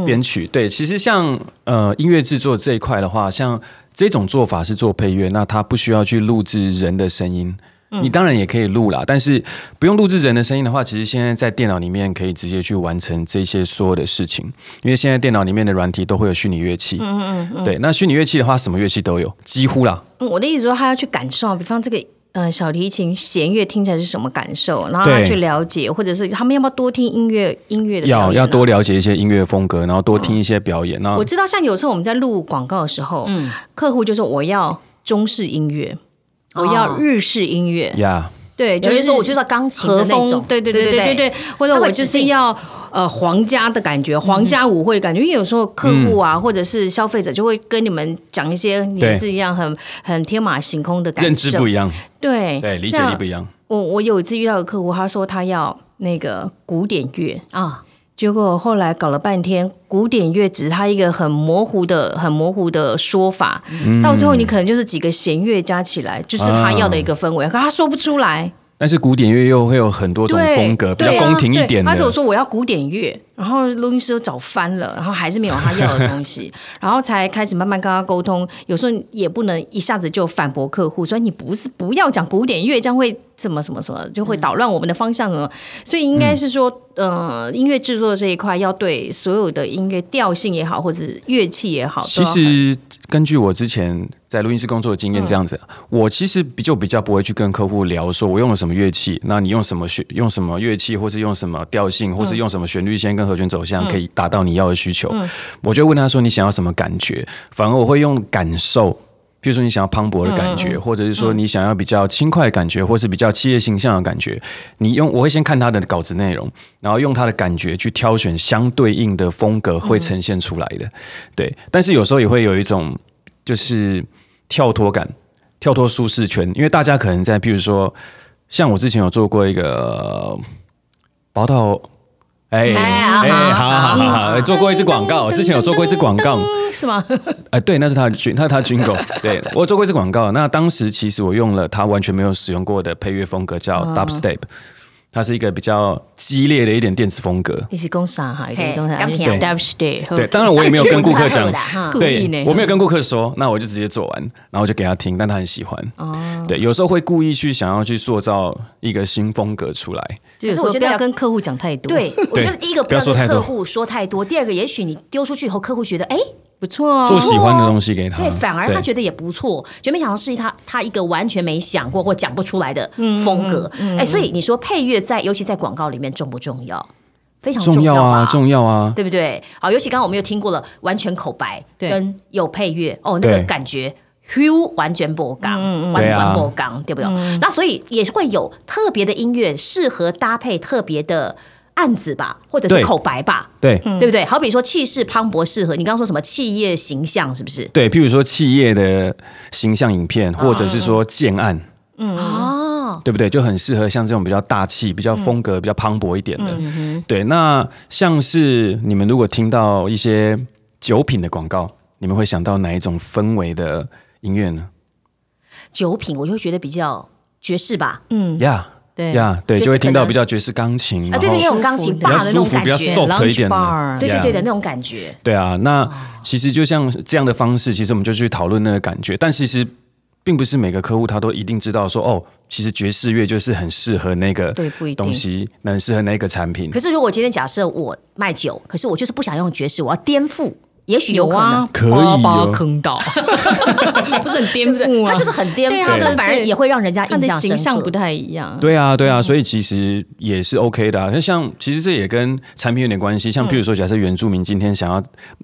Speaker 2: 编曲对。其实像呃音乐制作这一块的话，像这种做法是做配乐，那它不需要去录制人的声音。你当然也可以录啦，但是不用录制人的声音的话，其实现在在电脑里面可以直接去完成这些所有的事情，因为现在电脑里面的软体都会有虚拟乐器。嗯嗯嗯。对，那虚拟乐器的话，什么乐器都有，几乎啦。
Speaker 3: 嗯我的意思说，他要去感受，比方这个。呃，小提琴弦乐听起来是什么感受？然后他
Speaker 2: 对
Speaker 3: 去了解，或者是他们要不要多听音乐音乐的表演
Speaker 2: 要
Speaker 3: 啊
Speaker 2: 要多了解一些音乐风格，然后多听一些表演。那
Speaker 3: 我知道，像有时候我们在录广告的时候，
Speaker 2: 嗯哦
Speaker 3: 客户就说我要中式音乐，我要日式音乐，
Speaker 2: 呀
Speaker 3: 对，
Speaker 1: 有
Speaker 3: 就
Speaker 1: 人
Speaker 3: 是
Speaker 1: 说我就是要钢琴的
Speaker 3: 和
Speaker 1: 那
Speaker 3: 风
Speaker 1: 种，，
Speaker 3: 对对
Speaker 1: 对
Speaker 3: 对对对，或者
Speaker 1: 他会
Speaker 3: 我
Speaker 1: 指
Speaker 3: 就是
Speaker 1: 定
Speaker 3: 要呃皇家的感觉，皇家舞会的感觉，因为有时候客户啊、或者是消费者就会跟你们讲一些你
Speaker 2: 对
Speaker 3: 是一样很很天马行空的感受，
Speaker 2: 认知不一样，
Speaker 3: 对
Speaker 2: 对，理解
Speaker 3: 像
Speaker 2: 力不一样。
Speaker 3: 我我有一次遇到个客户，他说他要那个古典乐，
Speaker 1: 啊，
Speaker 3: 结果后来搞了半天，古典乐只是他一个很模糊的、很模糊的说法，到最后你可能就是几个弦乐加起来，就是他要的一个氛围，可他说不出来，
Speaker 2: 但是古典乐又会有很多种
Speaker 3: 对，
Speaker 2: 风格，比较
Speaker 3: 对啊
Speaker 2: 宫廷一
Speaker 3: 对
Speaker 2: 点
Speaker 3: 他只有
Speaker 2: 的。
Speaker 3: 说我要古典乐，然后录音师都找翻了，然后还是没有他要的东 西，然后才开始慢慢跟他沟通。有时候也不能一下子就反驳客户，说你不是不要讲古典乐，这样会什么什么什么，就会捣乱我们的方向什么。所以应该是说，呃，音乐制作这一块要对所有的音乐调性也好，或者是乐器也好，
Speaker 2: 其
Speaker 3: 都要很哎嗯
Speaker 2: 实根据我之前在录音室工作的经验，这样子，我其实比就比较不会去跟客户聊说我用了什么乐器，那你用什么旋用什么乐器，或是用什么调性，
Speaker 3: 嗯
Speaker 2: 或是用什么旋律线跟和弦走向，可以达到你要的需求。我就问他说你想要什么感觉，反而我会用感受。譬如说你想要磅礴的感
Speaker 3: 嗯
Speaker 2: 觉，或者是说你想要比较轻快的感觉，或是比较企业形象的感觉，你用我会先看他的稿子内容，然后用他的感觉去挑选相对应的风格
Speaker 3: 嗯
Speaker 2: 会呈现出来的。对，但是有时候也会有一种就是跳脱感，跳脱舒适圈，因为大家可能在譬如说，像我之前有做过一个呃宝岛。哎
Speaker 3: 哎好
Speaker 2: 好好好好，做过一支广告，之前有做过一支广告，
Speaker 3: 是吗？
Speaker 2: 哎，对，那是他的军，那是他的军 狗。对我有做过一次广告，那当时其实我用了他完全没有使用过的配乐风格，叫
Speaker 3: 啊
Speaker 2: dubstep，、它是一个比较激烈的一点电子风格。
Speaker 3: 一起攻傻哈，一起
Speaker 1: 嘿
Speaker 3: 攻傻，
Speaker 1: 甘甜
Speaker 3: 哎对
Speaker 2: 对，当然我也没有跟顾客讲，
Speaker 3: 故意
Speaker 2: 对
Speaker 3: 呢，
Speaker 2: 我没有跟顾客说，那我就直接做完，然后就给他听，但他很喜欢。
Speaker 3: 哦，
Speaker 2: 对，有时候会故意去想要去塑造一个新风格出来。
Speaker 3: 就
Speaker 1: 可
Speaker 3: 是
Speaker 1: 是我
Speaker 3: 我
Speaker 1: 觉
Speaker 3: 觉
Speaker 1: 得
Speaker 3: 得
Speaker 1: 要
Speaker 3: 要跟客户讲太多，
Speaker 1: 对，我觉得第一个
Speaker 2: 不要说
Speaker 1: 跟
Speaker 2: 太多
Speaker 1: 客户说太多，第二个也许你丢出去以后，客户觉得哎，
Speaker 3: 不错哦，
Speaker 2: 做喜欢的东西给他，
Speaker 1: 对，反而他
Speaker 2: 嗯对
Speaker 1: 觉得也不错，就没想到是他他一个完全没想过或讲不出来的风格。哎，所以你说配乐在尤其在广告里面重不重要？非常
Speaker 2: 重要
Speaker 1: 吧
Speaker 2: 啊，重要啊，
Speaker 1: 对不对？好，尤其刚刚我们又听过了完全口白，
Speaker 3: 对
Speaker 1: 跟有配乐，哦，那个
Speaker 2: 对
Speaker 1: 感觉。Hugh 完全不刚，完
Speaker 2: 对
Speaker 1: 全
Speaker 2: 啊
Speaker 1: 不刚，对不对？那所以也会有特别的音乐适合搭配特别的案子吧，或者是
Speaker 2: 对
Speaker 1: 口白吧，
Speaker 2: 对。
Speaker 1: 对不对？好比说气势磅礴适合你刚刚说什么企业形象，是不是？
Speaker 2: 对，譬如说企业的形象影片，或
Speaker 1: 嗯
Speaker 2: 者是说建案，嗯
Speaker 1: 哦，
Speaker 2: 对不对？就很适合像这种比较大气、比较风格、比较磅礴一点
Speaker 1: 嗯
Speaker 2: 的。对，那像是你们如果听到一些酒品的广告，你们会想到哪一种氛围的音乐呢？
Speaker 1: 酒品我就会觉得比较爵士吧，
Speaker 2: 嗯呀
Speaker 3: 对
Speaker 2: 呀，对，
Speaker 1: 嗯就是
Speaker 2: 就会听到
Speaker 1: 可能
Speaker 2: 比较爵士钢琴，
Speaker 1: 啊，
Speaker 2: 然
Speaker 1: 对对，
Speaker 2: 后
Speaker 1: 那种钢琴
Speaker 3: 比较
Speaker 2: 比
Speaker 1: 霸
Speaker 2: 较
Speaker 1: 的那种
Speaker 2: 舒服、
Speaker 1: 感
Speaker 2: 比较
Speaker 1: 觉，
Speaker 2: soft 一
Speaker 3: Lounge
Speaker 2: 点的
Speaker 3: bar，
Speaker 1: 对对对哦
Speaker 2: Yeah
Speaker 1: 的那种感觉。
Speaker 2: 对啊，那其实就像这样的方式，其实我们就去讨论那个感觉，但其实并不是每个客户他都一定知道说哦，其实爵士乐就是很适合那个
Speaker 3: 对不一定
Speaker 2: 东西，很适合那个产品
Speaker 3: 嗯
Speaker 1: 可。是如果今天假设我卖酒，可是我就是不想用爵士，我要颠覆，也许有可能
Speaker 3: 啊，，
Speaker 2: 可
Speaker 3: 把
Speaker 2: 以
Speaker 3: 把
Speaker 2: 哦
Speaker 3: 坑到， 不是很颠覆
Speaker 1: 它
Speaker 3: 吗？
Speaker 1: 就是很颠
Speaker 3: 对
Speaker 1: 覆
Speaker 3: 啊
Speaker 1: 的，
Speaker 3: 对
Speaker 1: 反而也会让人家
Speaker 3: 他
Speaker 1: 印
Speaker 3: 的
Speaker 1: 象
Speaker 3: 形
Speaker 1: 深
Speaker 3: 象
Speaker 1: 刻
Speaker 3: 不。太一样。
Speaker 2: 对啊，对啊，所以其实也是 OK 的、啊。那像其实这也跟产品有点关系，
Speaker 3: 嗯
Speaker 2: 像譬如说，假设原住民今天想要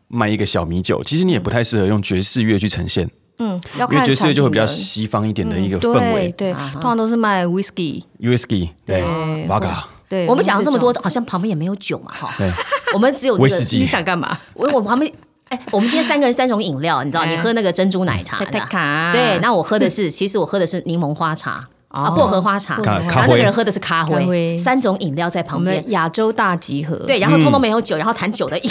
Speaker 2: 卖一个小米酒，其实你也不太适合用爵士乐去呈现，
Speaker 3: 嗯，要
Speaker 2: 因为
Speaker 3: 看
Speaker 2: 爵士乐就会比较
Speaker 3: 产
Speaker 2: 西方一点的一
Speaker 3: 品
Speaker 2: 个
Speaker 3: 的
Speaker 2: 氛围
Speaker 3: 对对，通常都是卖 whisky。
Speaker 2: ，whisky 对
Speaker 3: 对
Speaker 2: v o d a
Speaker 3: 对，
Speaker 1: 我们讲了这么多
Speaker 3: 种，，
Speaker 1: 好像旁边也没有酒 嘛，哈
Speaker 2: 对。
Speaker 1: 我们只有那个
Speaker 2: 威士忌
Speaker 3: 你想干嘛？
Speaker 1: 我我旁边，哎，我们今天三个人三种饮料，你知道，
Speaker 3: 哎
Speaker 1: 你喝那个珍珠奶茶
Speaker 3: 太太
Speaker 1: 的，
Speaker 3: 卡哦
Speaker 1: 对，那我喝的是，其实我喝的是柠檬花茶啊，薄荷花茶，
Speaker 3: 薄荷
Speaker 2: 咖
Speaker 1: 然
Speaker 2: 咖
Speaker 1: 后那个
Speaker 2: 啡
Speaker 1: 人，喝的是咖
Speaker 3: 咖
Speaker 1: 啡，
Speaker 3: 啡
Speaker 1: 三种饮料在
Speaker 3: 我
Speaker 1: 旁
Speaker 3: 们
Speaker 1: 边
Speaker 3: 的。亚洲大集合。
Speaker 1: 对，
Speaker 2: 嗯
Speaker 1: 然后通通没有酒，然后谈酒的音，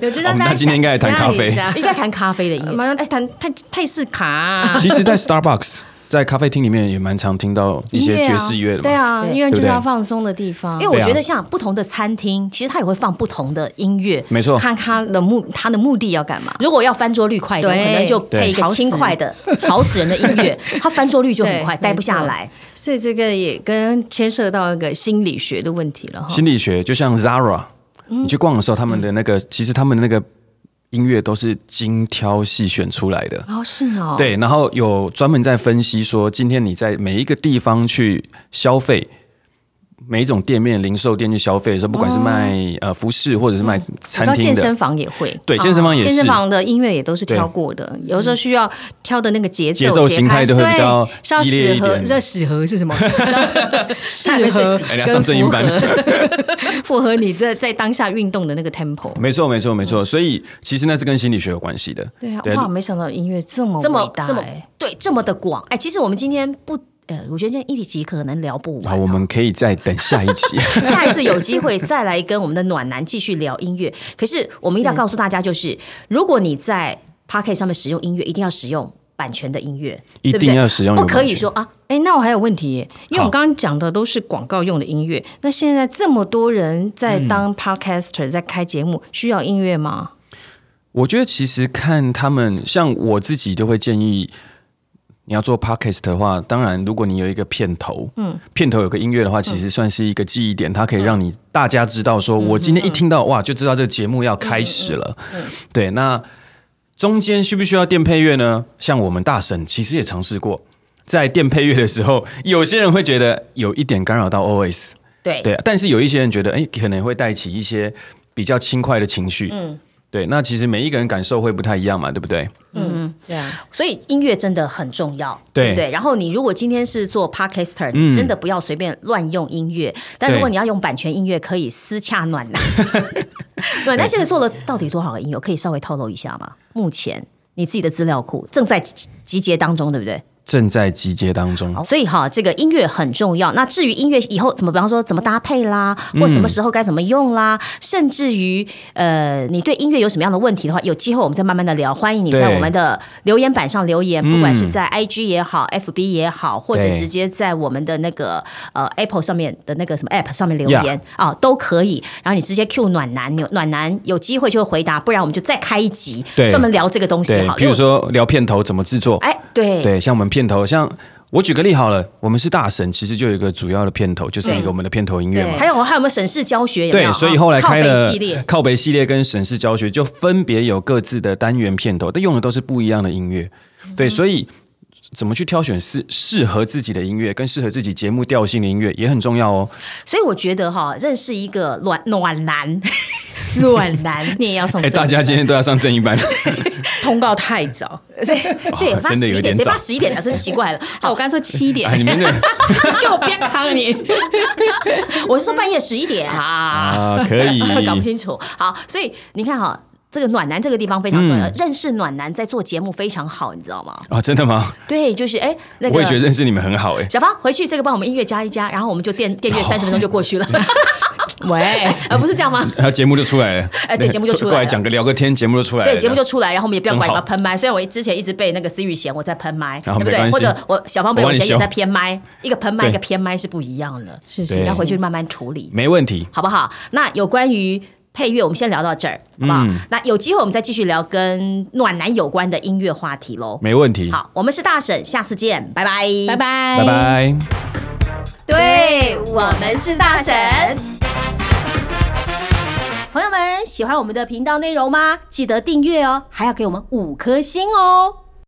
Speaker 3: 对，就
Speaker 2: 我
Speaker 3: 让
Speaker 2: 们
Speaker 3: 大家
Speaker 2: 哦今天应该来谈
Speaker 3: 想象
Speaker 2: 咖啡
Speaker 3: 一下
Speaker 1: 应该谈咖啡的音乐。
Speaker 3: 马上哎，谈太泰式卡。啊
Speaker 2: 其实，在 Starbucks 在咖啡厅里面也蛮常听到一些爵士乐的嘛。
Speaker 3: 对啊，
Speaker 1: 对
Speaker 3: 因为就是
Speaker 2: 对
Speaker 3: 要放松的地方。
Speaker 1: 因为我觉
Speaker 2: 对
Speaker 1: 得
Speaker 2: 啊
Speaker 1: 像不同的餐厅，其实它也会放不同的音乐。
Speaker 2: 没错。
Speaker 3: 看他的目，他的目的要干嘛？
Speaker 1: 如果要翻桌率快一点，
Speaker 3: 对
Speaker 1: 可能就配一个
Speaker 3: 对
Speaker 1: 轻快的、吵死人的音 乐，它翻桌率就很快，
Speaker 3: 对
Speaker 1: 待不下来。
Speaker 3: 所以这个也跟牵涉到一个心理学的问题了哈。
Speaker 2: 心理学就像 Zara，、你
Speaker 3: 嗯
Speaker 2: 去逛的时候，他们的那个其实他们的那个音乐都是精挑细选出来的。
Speaker 3: 哦，是哦，
Speaker 2: 对，然后有专门在分析说，今天你在每一个地方去消费，每一种店面、零售店去消费的时候，不管是卖、呃服饰或者是卖
Speaker 3: 哦嗯你知道
Speaker 2: 餐厅
Speaker 3: 健
Speaker 2: 的，
Speaker 3: 身房也会，
Speaker 2: 对
Speaker 3: 哦
Speaker 2: 健身房也是嗯
Speaker 3: 健身房的音乐也都是挑过的，有时候需要挑的那个节
Speaker 2: 节
Speaker 3: 奏
Speaker 2: 奏
Speaker 3: 节
Speaker 2: 形
Speaker 3: 拍
Speaker 2: 态都会比
Speaker 3: 对
Speaker 2: 较
Speaker 3: 是要
Speaker 2: 激烈
Speaker 3: 适
Speaker 2: 一
Speaker 3: 合，
Speaker 2: 点
Speaker 3: 这适合是什 么？ 适
Speaker 1: 还没睡
Speaker 3: 合
Speaker 1: 醒
Speaker 2: 哎人家
Speaker 3: 跟
Speaker 2: 上正音
Speaker 3: 符
Speaker 2: 班
Speaker 3: 合，符合 你在在当下运动的那个 tempo。
Speaker 2: 没错没错没错。所以其实那是跟心理学有关系的。
Speaker 3: 嗯对啊，
Speaker 2: 对
Speaker 3: 哇，没想到音乐这么
Speaker 1: 这么
Speaker 3: 伟大
Speaker 1: 这么
Speaker 3: 哎
Speaker 1: 对这么的广。哎，其实我们今天不呃，我觉得今天一集可能聊不
Speaker 2: 好，
Speaker 1: 完。哦
Speaker 2: 我们可以再等下一 集。
Speaker 1: 下一次有机会再来跟我们的暖男继续聊音乐。可是我们一定要告诉大家，就是如果你在 p a r k e t 上面使用音乐，一定要使用版权的音乐，
Speaker 2: 一
Speaker 1: 对不对
Speaker 2: 定要使用有
Speaker 1: 不可
Speaker 2: 版
Speaker 1: 以
Speaker 2: 权
Speaker 1: 说啊，
Speaker 3: 哎，那我还有问题耶，因为我
Speaker 2: 好
Speaker 3: 们刚刚讲的都是广告用的音乐，那现在这么多人在
Speaker 2: 嗯
Speaker 3: 当 podcaster 在开节目，需要音乐吗？
Speaker 2: 我觉得其实看他们，像我自己就会建议，你要做 podcast 的话，当然如果你有一个片头，嗯，片头有个音乐的话，其实算是一个记忆点，它可以让你大家知道说，我今天一听到哇，就知道这个节目要开始了。对，那中间需不需要垫配乐呢？像我们大神其实也尝试过。在垫配乐的时候，有些人会觉得有一点干扰到 OS，
Speaker 1: 对
Speaker 2: 对，啊但是有一些人觉得，哎、可能会带起一些比较轻快的情绪，嗯，对。那其实每一个人感受会不太一样嘛，对不对？
Speaker 3: 对啊，
Speaker 1: 所以音乐真的很重要，
Speaker 2: 对
Speaker 1: 不对？然后你如果今天是做 podcaster，你真的不要随便乱用音乐。但如果你要用版权音乐，可以私洽暖男。暖男现在做了到底多少个音乐？可以稍微透露一下吗？目前你自己的资料库正在集集结当中，对不对？
Speaker 2: 正在集结当中，
Speaker 1: 所以哈，这个音乐很重要。那至于音乐以后怎么，比方说怎么搭配啦，
Speaker 2: 嗯
Speaker 1: 或什么时候该怎么用啦，甚至于呃，你对音乐有什么样的问题的话，有机会我们再慢慢的聊。欢迎你在
Speaker 2: 对嗯
Speaker 1: 我们的留言板上留言，不管是在 IG 也好、FB 也好，或者
Speaker 2: 对
Speaker 1: 直接在我们的那个呃 Apple 上面的那个什么 App 上面留
Speaker 2: Yeah
Speaker 1: 言啊、都可以。然后你直接 Q 暖男，暖男有机会就会回答，不然我们就再开一集
Speaker 2: 对
Speaker 1: 专门聊这个东西
Speaker 2: 对
Speaker 1: 好。。
Speaker 2: 比如
Speaker 1: 因为
Speaker 2: 说聊片头怎么制作
Speaker 1: 我，，哎，对
Speaker 2: 对，像我们片头，像我举个例好了，我们是大神，其实就有一个主要的片头，就是一个我们的片头音乐嘛
Speaker 3: 对。
Speaker 1: 还有还有没有省事教学？有没有
Speaker 2: 哎
Speaker 1: 哦
Speaker 2: 对，所以后来开
Speaker 1: 靠
Speaker 2: 了
Speaker 1: 背系列。
Speaker 2: 靠北系列跟省市教学，就分别有各自的单元片头，但用的都是不一样的音乐。
Speaker 1: 嗯
Speaker 2: 对，所以怎么去挑选适适合自己的音乐，跟适合自己节目调性的音乐也很重要哦。
Speaker 1: 所以我觉得哈，认识一个暖暖男， 暖男，
Speaker 3: 你也要送
Speaker 2: 哎，
Speaker 3: 这个
Speaker 2: 大家今天都要上正 音班，
Speaker 3: 通告太早，
Speaker 1: 对，发
Speaker 2: 哦真的
Speaker 1: 十
Speaker 2: 有
Speaker 1: 一点，
Speaker 2: 点
Speaker 1: 谁发
Speaker 2: 早
Speaker 1: 十一点啊？真奇 怪了。
Speaker 3: 哦，我
Speaker 1: 好，
Speaker 3: 刚说七点
Speaker 2: 哎，，你们这
Speaker 3: 给我别扛你。
Speaker 1: 哎我是说半夜十一点啊，
Speaker 3: 啊，
Speaker 2: 啊，可以
Speaker 1: 搞不清楚。好，所以你看哈。这个暖男这个地方非常重
Speaker 2: 嗯
Speaker 1: 要，认识暖男在做节目非常好，你知道吗？
Speaker 2: 啊，真的吗？
Speaker 1: 对，就是哎，那
Speaker 2: 我也觉得
Speaker 1: 个
Speaker 2: 认识你们很好哎。
Speaker 1: 小芳回去这个帮我们音乐加一加，然后我们就电电乐三十分钟就过去了，
Speaker 3: 喂，
Speaker 1: 呃，不是这样吗？
Speaker 2: 然后节目就出来了，
Speaker 1: 哎对节目就出来了
Speaker 2: 过来讲个聊个天，节目就出来了，
Speaker 1: 对，节目就出来，然后我们也不要管你
Speaker 2: 真好
Speaker 1: 们喷麦。虽然我之前一直被那个思雨嫌我在喷麦，对
Speaker 2: 然后
Speaker 1: 不
Speaker 2: 没
Speaker 1: 对？
Speaker 2: 关系
Speaker 1: 或者我小芳被
Speaker 2: 我
Speaker 1: 我
Speaker 2: 帮你
Speaker 1: 嫌也
Speaker 2: 修
Speaker 1: 在偏麦，一个喷麦，
Speaker 2: 对
Speaker 1: 一个偏麦是不一样的，
Speaker 3: 是是，
Speaker 2: 对
Speaker 1: 要
Speaker 3: 要
Speaker 1: 回
Speaker 3: 回
Speaker 1: 去
Speaker 3: 去。
Speaker 1: 慢慢处理，
Speaker 2: 没问题。
Speaker 1: 好不好？那有关于。配乐，我们先聊到这儿，好不好？
Speaker 2: 嗯
Speaker 1: 那有机会我们再继续聊跟暖男有关的音乐话题喽。
Speaker 2: 没问题，
Speaker 1: 好，我们是大婶，下次见，拜拜，
Speaker 3: 拜。拜，
Speaker 2: 拜。拜。
Speaker 4: 对我们是大神。
Speaker 1: 朋友们，喜欢我们的频道内容吗？记得订阅哦，还要给我们五颗星哦。